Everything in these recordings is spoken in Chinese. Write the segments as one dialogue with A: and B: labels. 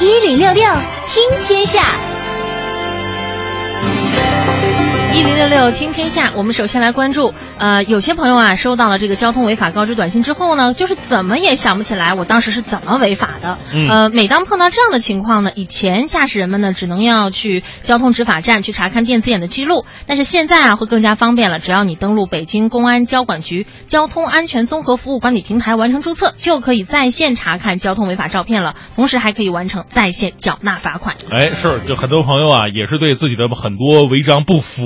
A: 一零六六听天下，
B: 一零六六听天下。我们首先来关注，呃，有些朋友啊收到了这个交通违法告知短信之后呢，就是怎么也想不起来我当时是怎么违法的。
C: 嗯
B: 呃，每当碰到这样的情况呢，以前驾驶人们呢只能要去交通执法站去查看电子眼的记录，但是现在啊会更加方便了，只要你登录北京公安交管局交通安全综合服务管理平台完成注册，就可以在线查看交通违法照片了，同时还可以完成在线缴纳罚款。
C: 哎，是，就很多朋友啊，也是对自己的很多违章不服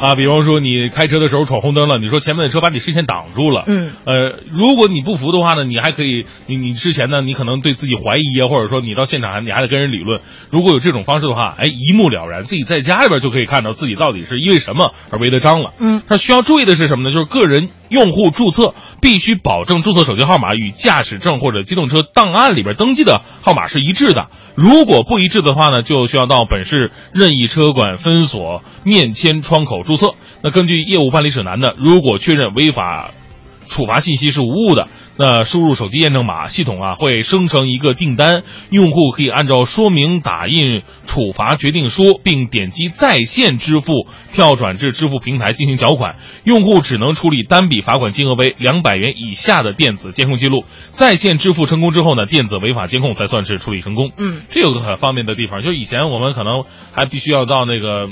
C: 啊。比方说，你开车的时候闯红灯了，你说前面的车把你视线挡住了，
B: 嗯，
C: 呃，如果你不服的话呢，你还可以，你你之前呢，你可能对自己怀疑啊，或者说你到现场你还得跟人理论。如果有这种方式的话，哎，一目了然，自己在家里边就可以看到自己到底是因为什么而违的章了。
B: 嗯，
C: 那需要注意的是什么呢？就是个人用户注册必须保证注册手机号码与驾驶证或者机动车档案里边登记的号码是一致的。如果不一致的话呢，就需要到本市任意车管分所面签窗口注册。那根据业务办理指南呢，如果确认违法处罚信息是无误的。那输入手机验证码，系统啊会生成一个订单，用户可以按照说明打印处罚决定书，并点击在线支付，跳转至支付平台进行缴款。用户只能处理单笔罚款金额为两百元以下的电子监控记录。在线支付成功之后呢，电子违法监控才算是处理成功。
B: 嗯，
C: 这有个很方便的地方，就是以前我们可能还必须要到那个。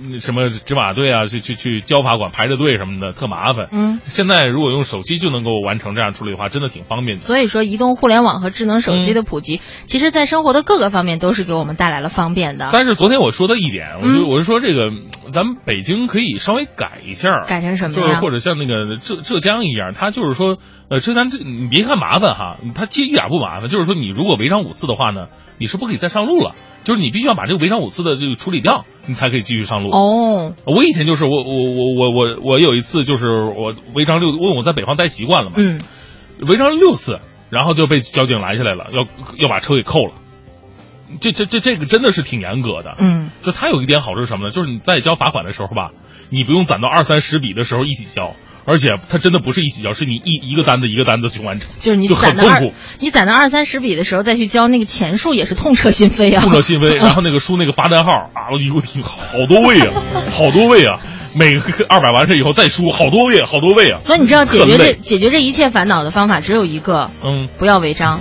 C: 嗯什么执法队啊，去去去交罚款，排着队什么的，特麻烦。
B: 嗯，
C: 现在如果用手机就能够完成这样处理的话，真的挺方便的。
B: 所以说，移动互联网和智能手
C: 嗯
B: 机的普及，其实在生活的各个方面都是给我们带来了方便的。
C: 但是昨天我说的一点，我就、
B: 啊嗯
C: 我是说这个，咱们北京可以稍微改一下，
B: 改成什么
C: 就是
B: 呀？
C: 或者像那个浙浙江一样，它就是说，呃，浙江这你别看麻烦哈，它其实一点不麻烦，就是说你如果违章五次的话呢，你是不可以再上路了，就是你必须要把这个违章五次的这个处理掉，你才可以继续上路。
B: 哦，
C: 我以前就是我我我我我我有一次就是我违章六，因为我在北方待习惯了嘛，
B: 嗯，
C: 违章六次，然后就被交警拦下来了，要要把车给扣了。这这这这个真的是挺严格的，
B: 嗯，
C: 就它有一点好处是什么呢？就是你在交罚款的时候吧，你不用攒到二三十笔的时候一起交，而且它真的不是一起交，是你一一个单子一个单子去完成，
B: 就是你
C: 就
B: 攒
C: 很
B: 到
C: 痛
B: 二
C: 苦，
B: 你攒到二三十笔的时候再去交那个钱数，也是痛彻心扉啊。
C: 痛 彻心扉。然后那个输那个罚单号啊，我一共听好多位 啊，好多位啊，每个二百完事以后再输好多位，好多位啊。
B: 所以你知道解决
C: 很
B: 这
C: 累
B: 解决这一切烦恼的方法只有一个，
C: 嗯，
B: 不要违章。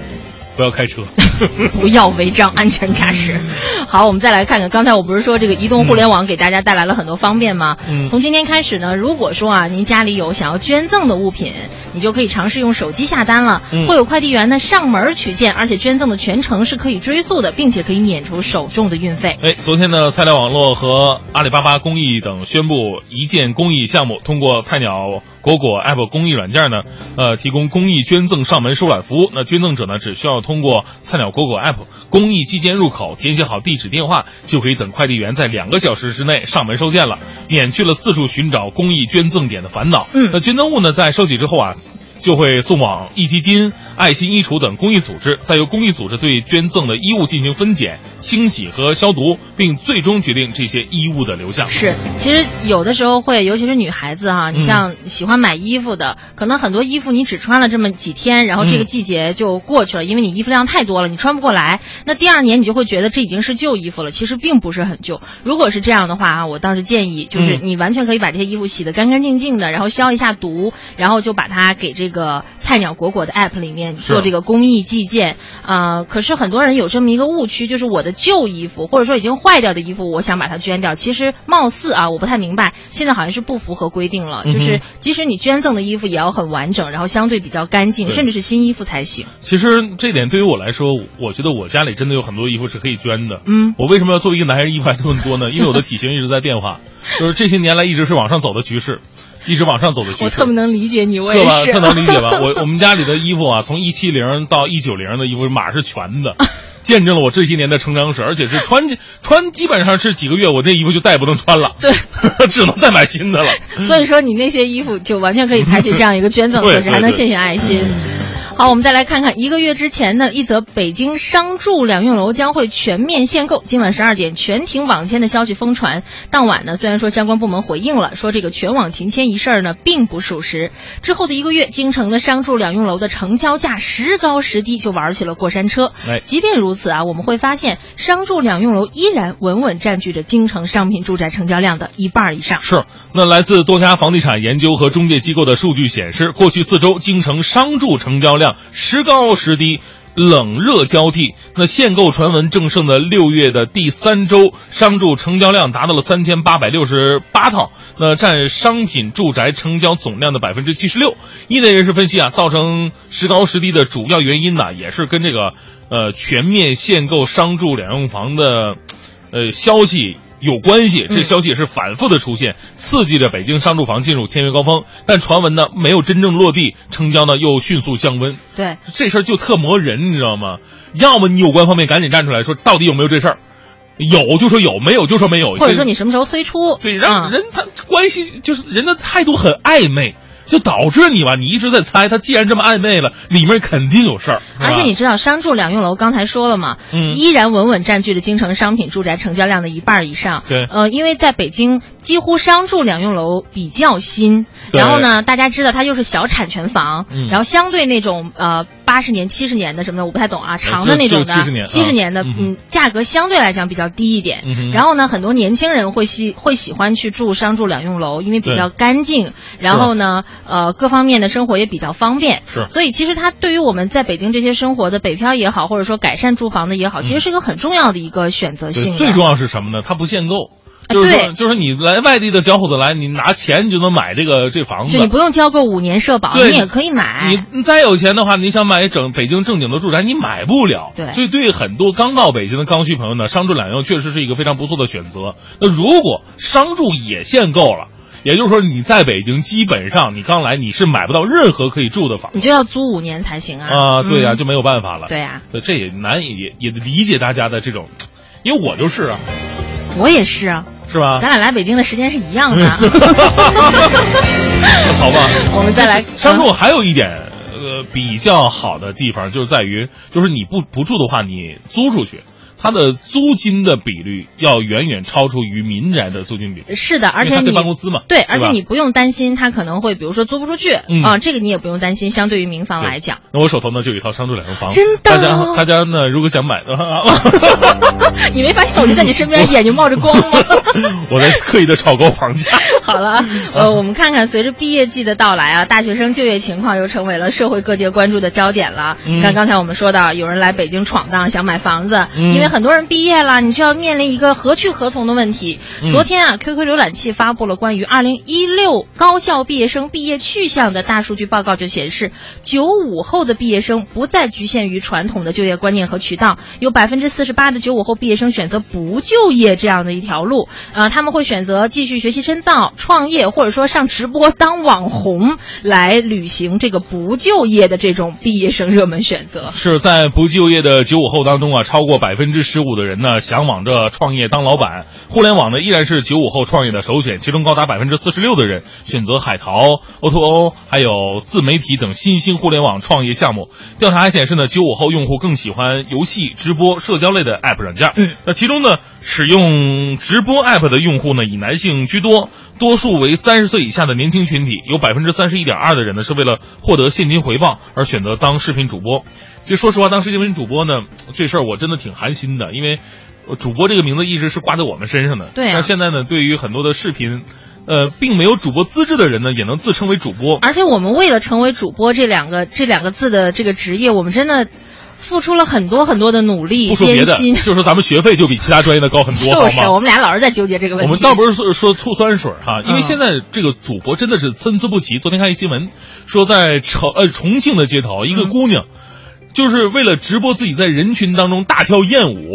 C: 不要开 车。
B: 不要违章，安全驾驶。
C: 嗯
B: 好，我们再来看看，刚才我不是说这个移动互联网给大家带来了很多方便吗？
C: 嗯
B: 从今天开始呢，如果说啊，您家里有想要捐赠的物品，你就可以尝试用手机下单了，
C: 嗯
B: 会有快递员呢上门取件，而且捐赠的全程是可以追溯的，并且可以免除首重的运费。
C: 哎，昨天呢，菜鸟网络和阿里巴巴公益等宣布一件公益项目，通过菜鸟果果 App 公益软件呢，呃，提供公益捐赠上门收揽服务。那捐赠者呢，只需要通过菜鸟果果 App 公益寄件入口填写好地址电话，就可以等快递员在两个小时之内上门收件了，免去了四处寻找公益捐赠点的烦恼。
B: 嗯
C: 那捐赠呃物呢，在收集之后啊，就会送往壹基金、爱心衣橱等公益组织，再由公益组织对捐赠的衣物进行分拣、清洗和消毒，并最终决定这些衣物的流向。
B: 是，其实有的时候会，尤其是女孩子哈、你
C: 嗯
B: 像喜欢买衣服的，可能很多衣服你只穿了这么几天，然后这个
C: 嗯
B: 季节就过去了，因为你衣服量太多了，你穿不过来。那第二年你就会觉得这已经是旧衣服了，其实并不是很旧。如果是这样的话啊，我倒是建议，就是
C: 嗯
B: 你完全可以把这些衣服洗得干干净净的，然后消一下毒，然后就把它给这个菜鸟果果的 app 里面做
C: 是
B: 这个公益寄件。啊，可是很多人有这么一个误区，就是我的旧衣服或者说已经坏掉的衣服，我想把它捐掉。其实貌似啊，我不太明白，现在好像是不符合规定了，
C: 嗯哼
B: 就是即使你捐赠的衣服也要很完整，然后相对比较干净，
C: 对
B: 甚至是新衣服才行。
C: 其实这点对于我来说，我觉得我家里真的有很多衣服是可以捐的。
B: 嗯，
C: 我为什么要作为一个男人衣服还这么多呢？因为我的体型一直在变化，就是这些年来一直是往上走的趋势，一直往上走的趋势。
B: 我特别能理解你，我
C: 特
B: 也
C: 吧，
B: 是
C: 特。能理解吧？我我们家里的衣服啊，从一七零到一九零的衣服码是全 的，见证了我这些年的成长史，而且是穿穿基本上是几个月，我这衣服就再也不能穿了，
B: 对，
C: 只能再买新的了。
B: 所以说你那些衣服就完全可以采取这样一个捐赠
C: 对嗯
B: 措施，还
C: 对
B: 能
C: 对
B: 献献爱心。好，我们再来看看一个月之前呢，一则北京商住两用楼将会全面限购，今晚十二点全停网签的消息疯传。当晚呢，虽然说相关部门回应了，说这个全网停签一事儿呢并不属实。之后的一个月，京城的商住两用楼的成交价时高时低，就玩起了过山 车。
C: 哎
B: 即便如此啊，我们会发现商住两用楼依然稳稳占据着京城商品住宅成交量的一半儿以上。
C: 是，那来自多家房地产研究和中介机构的数据显示，过去四周京城商住成交量时高时低。冷热交替，那限购传闻正盛的六月的第三周，商住成交量达到了三千八百六十八套，那占商品住宅成交总量的百分之七十六。业内人士分析啊，造成时高时低的主要原因呢、也是跟这个呃全面限购商住两用房的呃消息有关系。这
B: 嗯
C: 消息是反复的出现，刺激着北京商住房进入签约高峰。但传闻呢没有真正落地，成交呢又迅速降温。
B: 对，
C: 这事儿就特磨人，你知道吗？要么你有关方面赶紧站出来说到底有没有这事儿，有就说有，没有就说没有，
B: 或者说你什么时候推出？
C: 对，
B: 嗯
C: 让人他关系就是人的态度很暧昧，就导致你吧，你一直在猜他既然这么暧昧了，里面肯定有事儿。是吧
B: 而且你知道商住两用楼刚才说了嘛，
C: 嗯
B: 依然稳稳占据着京城商品住宅成交量的一半以上。
C: 对
B: 呃，因为在北京几乎商住两用楼比较新，
C: 对
B: 然后呢，大家知道它又是小产权房，
C: 嗯
B: 然后相对那种呃八十年、七十年的什么的，我不太懂啊，长的
C: 哎就
B: 那种的
C: 就70年
B: 70年的，
C: 啊嗯
B: 嗯，价格相对来讲比较低一点。
C: 嗯哼
B: 然后呢，很多年轻人会喜会喜欢去住商住两用楼，因为比较干净，然后呢，呃，各方面的生活也比较方便。
C: 是
B: 所以其实它对于我们在北京这些生活的北漂也好，或者说改善住房的也好，其实是一个很重要的一个选择
C: 嗯对
B: 性的。啊
C: 最重要是什么呢？它不限购。就是
B: 对
C: 说，就是你来外地的小伙子来，你拿钱你就能买这个这房子
B: 就。你不用交够五年社保，
C: 对
B: 你也可以买。
C: 你你再有钱的话，你想买整北京正经的住宅，你买不了。
B: 对
C: 所以对很多刚到北京的刚需朋友呢，商住两用确实是一个非常不错的选择。那如果商住也限购了，也就是说你在北京基本上你刚来你是买不到任何可以住的房
B: 你就要租五年才行啊！
C: 啊，对呀、
B: 嗯
C: 就没有办法了。
B: 对呀、
C: 对，这也难以也也理解大家的这种，因为我就是啊，
B: 我也是啊，
C: 是吧
B: 咱？俩来北京的时间是一样 的啊。
C: 好吧，
B: 我们再来嗯
C: 商住还有一点，呃，比较好的地方就是在于，就是你不不住的话，你租出去，它的租金的比率要远远超出于民宅的租金比率。
B: 嗯是的，而
C: 因
B: 且
C: 为它
B: 你
C: 对办公司嘛
B: 对，
C: 对吧
B: 而且你不用担心他可能会，比如说租不出去啊、
C: 嗯
B: 这个你也不用担心。相对于民房来讲，
C: 那我手头呢就有一套商住两用房，
B: 真的
C: 大家大家呢如果想买的话，
B: 你没发现我就在你身边，眼睛冒着光吗？
C: 我在刻意的炒高房价。
B: 好了，
C: 嗯
B: 呃，我们看看随着毕业季的到来啊，大学生就业情况又成为了社会各界关注的焦点了。
C: 嗯
B: 你看刚才我们说到，有人来北京闯荡，想买房子，
C: 嗯
B: 因为很多人毕业了，你就要面临一个何去何从的问题。
C: 嗯
B: 昨天啊，QQ 浏览器发布了关于2016高校毕业生毕业去向的大数据报告，就显示，九五后的毕业生不再局限于传统的就业观念和渠道，有百分之四十八的九五后毕业生选择不就业这样的一条路，呃，他们会选择继续学习深造、创业，或者说上直播当网红来履行这个不就业的这种毕业生热门选择。
C: 是在不就业的九五后当中啊，超过百分之十五的人呢，向往着创业当老板。互联网呢，依然是九五后创业的首选，其中高达百分之四十六的人选择海淘、O2O，还有自媒体等新兴互联网创业项目。调查还显示呢，九五后用户更喜欢游戏、直播、社交类的 App 软件。
B: 嗯，
C: 那其中呢，使用直播 App 的用户呢，以男性居多，多数为三十岁以下的年轻群体，有百分之三十一点二的人呢，是为了获得现金回报而选择当视频主播。其实说实话，当视频主播呢，这事儿我真的挺寒心的，因为呃主播这个名字一直是挂在我们身上的。
B: 对啊
C: 但现在呢，对于很多的视频，呃，并没有主播资质的人呢，也能自称为主播。
B: 而且我们为了成为主播这两个这两个字的这个职业，我们真的付出了很多很多的努力、
C: 不说别
B: 艰
C: 的，
B: 辛。
C: 就说咱们学费就比其他专业的高很多，好
B: 就
C: 吗？
B: 是我们俩老是在纠结这个问题。
C: 我们倒不是说说吐酸水儿哈、因为
B: 嗯
C: 现在这个主播真的是参差不齐。昨天看一新闻，说在重呃重庆的街头，一个
B: 嗯
C: 姑娘、就是为了直播自己在人群当中大跳艳舞，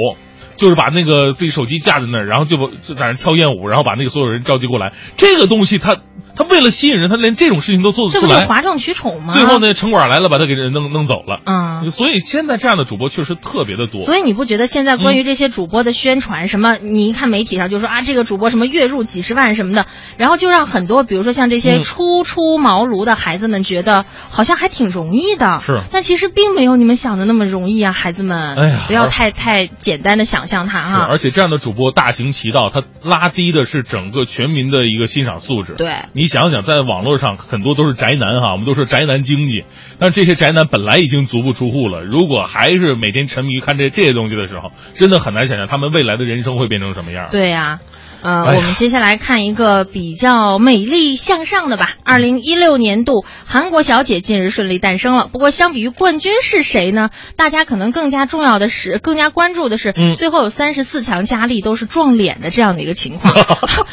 C: 就是把那个自己手机架在那儿，然后就把就在那儿跳艳舞，然后把那个所有人召集过来。这个东西他他为了吸引人，他连这种事情都做得
B: 这
C: 出
B: 不就
C: 来。
B: 哗众取宠吗？
C: 最后，呢，城管来了，把他给人弄弄走了。
B: 嗯，
C: 所以现在这样的主播确实特别的多。
B: 所以你不觉得现在
C: 嗯
B: 关于这些主播的宣传，什么你一看媒体上就说啊，这个主播什么月入几十万什么的，然后就让很多比如说像这些
C: 嗯
B: 初出茅庐的孩子们觉得好像还挺容易的，
C: 是
B: 但其实并没有你们想的那么容易啊，孩子们，
C: 哎呀
B: 不要
C: 而
B: 太太简单的想象它
C: 是，
B: 哈，
C: 而且这样的主播大行其道，他拉低的是整个全民的一个欣赏素质。
B: 对。
C: 你想想，在网络上很多都是宅男哈，我们都说宅男经济，但是这些宅男本来已经足不出户了，如果还是每天沉迷于看这这些东西的时候，真的很难想象他们未来的人生会变成什么样。
B: 对呀、呃，
C: 哎呀
B: 我们接下来看一个比较美丽向上的吧。二零一六年度韩国小姐近日顺利诞生了。不过，相比于冠军是谁呢？大家可能更加重要的是，更加关注的是，
C: 嗯
B: 最后有三十四强佳丽都是撞脸的这样的一个情 况。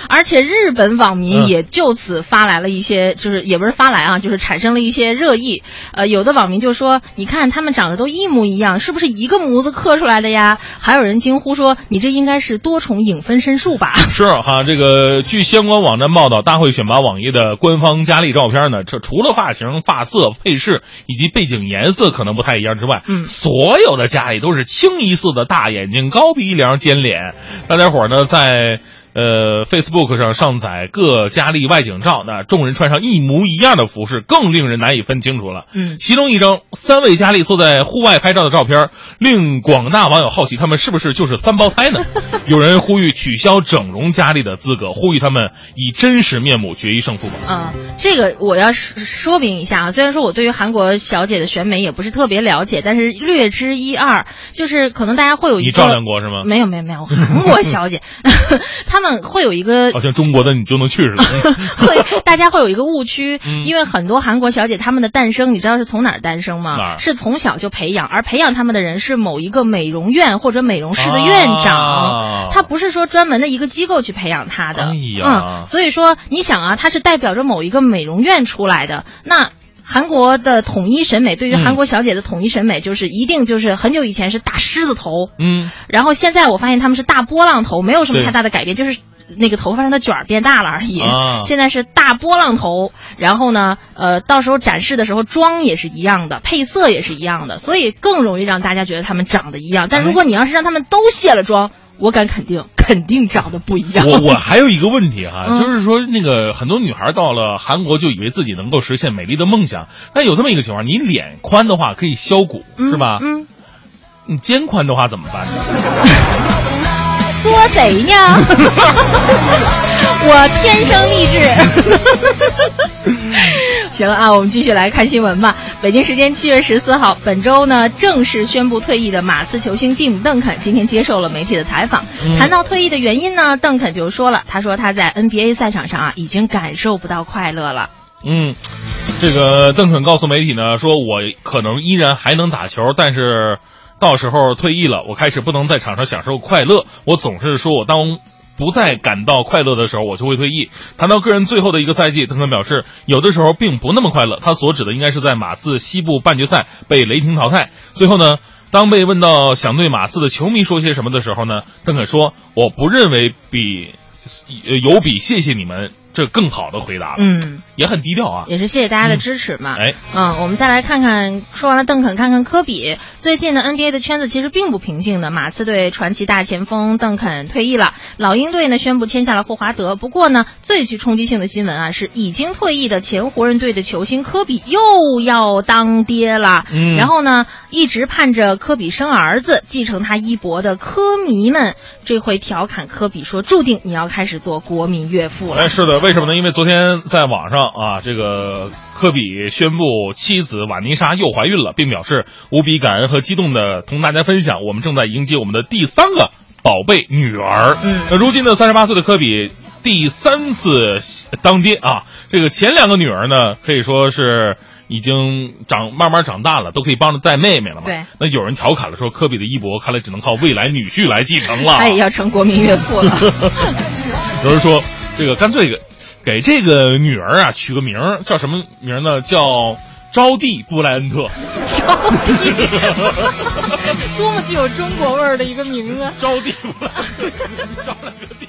B: 而且，日本网民
C: 嗯
B: 也就此发来了一些，就是也不是发来啊，就是产生了一些热议。呃，有的网民就说：“你看他们长得都一模一样，是不是一个模子刻出来的呀？”还有人惊呼说：“你这应该是多重影分身术吧
C: 是哈，这个据相关网站报道，大会选拔网页的官方佳丽照片呢，这除了发型、发色、配饰以及背景颜色可能不太一样之外，
B: 嗯
C: 所有的佳丽都是清一色的大眼睛、高鼻梁、尖脸。大家伙儿呢在。呃，Facebook 上上载各佳丽外景照，那众人穿上一模一样的服饰，更令人难以分清楚了。？”
B: 嗯，
C: 其中一张三位佳丽坐在户外拍照的照片，令广大网友好奇，他们是不是就是三胞胎呢？有人呼吁取消整容佳丽的资格，呼吁他们以真实面目决一胜负吧。
B: 嗯，这个我要说说明一下啊，虽然说我对于韩国小姐的选美也不是特别了解，但是略知一二，就是可能大家会有一
C: 你
B: 个
C: 照亮过是吗？
B: 没有没有没有韩国小 姐，他们会有一个
C: 好像中国的你就能去似的。
B: 会，大家会有一个误区，
C: 嗯
B: 因为很多韩国小姐她们的诞生，你知道是从哪儿诞生吗？
C: 哪儿
B: 是从小就培养，而培养她们的人是某一个美容院或者美容室的院长。
C: 啊
B: 他不是说专门的一个机构去培养她的，
C: 哎呀
B: 嗯，所以说你想啊，她是代表着某一个美容院出来的，那韩国的统一审美，对于
C: 嗯
B: 韩国小姐的统一审美，就是一定就是很久以前是大狮子头，
C: 嗯，
B: 然后现在我发现他们是大波浪头，没有什么
C: 对
B: 太大的改变，就是那个头发上的卷儿变大了而已。
C: 啊
B: 现在是大波浪头，然后呢，呃，到时候展示的时候妆也是一样的，配色也是一样的，所以更容易让大家觉得他们长得一样。
C: 哎
B: 但如果你要是让他们都卸了妆，我敢肯定，肯定长得不一样。
C: 我我还有一个问题哈、
B: 嗯
C: 就是说那个很多女孩到了韩国就以为自己能够实现美丽的梦想，但有这么一个情况，你脸宽的话可以削骨、
B: 嗯
C: 是吧？
B: 嗯，
C: 你肩宽的话怎么办呢？
B: 说谁呢？我天生丽质。行啊，我们继续来看新闻吧。北京时间七月十四号，本周呢正式宣布退役的马刺球星蒂姆·邓肯今天接受了媒体的采访。
C: 嗯
B: 谈到退役的原因呢，邓肯就说了，他说他在 NBA 赛场上啊已经感受不到快乐了。
C: 嗯，这个邓肯告诉媒体呢，说我可能依然还能打球，但是到时候退役了，我开始不能在场上享受快乐。我总是说我当。不再感到快乐的时候，我就会退役。谈到个人最后的一个赛季，邓肯表示，有的时候并不那么快乐。他所指的应该是在马刺西部半决赛被雷霆淘汰。最后呢，当被问到想对马刺的球迷说些什么的时候呢，邓肯说：“我不认为比呃有比谢谢你们这更好的回答了。”
B: 嗯，
C: 也很低调啊。
B: 也是谢谢大家的支持嘛。
C: 哎，
B: 嗯，我们再来看看，说完了邓肯，看看科比。最近呢，NBA 的圈子其实并不平静的。马刺队传奇大前锋邓肯退役了，老鹰队呢宣布签下了霍华德。不过呢，最具冲击性的新闻啊，是已经退役的前湖人队的球星科比又要当爹了。
C: 嗯
B: 然后呢，一直盼着科比生儿子继承他衣钵的科迷们，这回调侃科比说：“注定你要开始做国民岳父了。
C: 哎，是的，为什么呢？因为昨天在网上啊，这个科比宣布妻子瓦妮莎又怀孕了，并表示无比感恩和激动的同大家分享，我们正在迎接我们的第三个宝贝女儿。
B: 嗯
C: 那如今呢，三十八岁的科比第三次当爹啊，这个前两个女儿呢，可以说是。已经长慢慢长大了，都可以帮着带妹妹了嘛。
B: 对。
C: 那有人调侃了说，科比的衣钵看来只能靠未来女婿来继承了。
B: 他也哎要成国民岳父了。
C: 有人说，这个干脆给给这个女儿啊取个名儿，叫什么名儿呢？叫招娣布莱恩特。
B: 招娣，多么
D: 具有中国味儿的一个名字。啊
B: 招地不了，招了个地。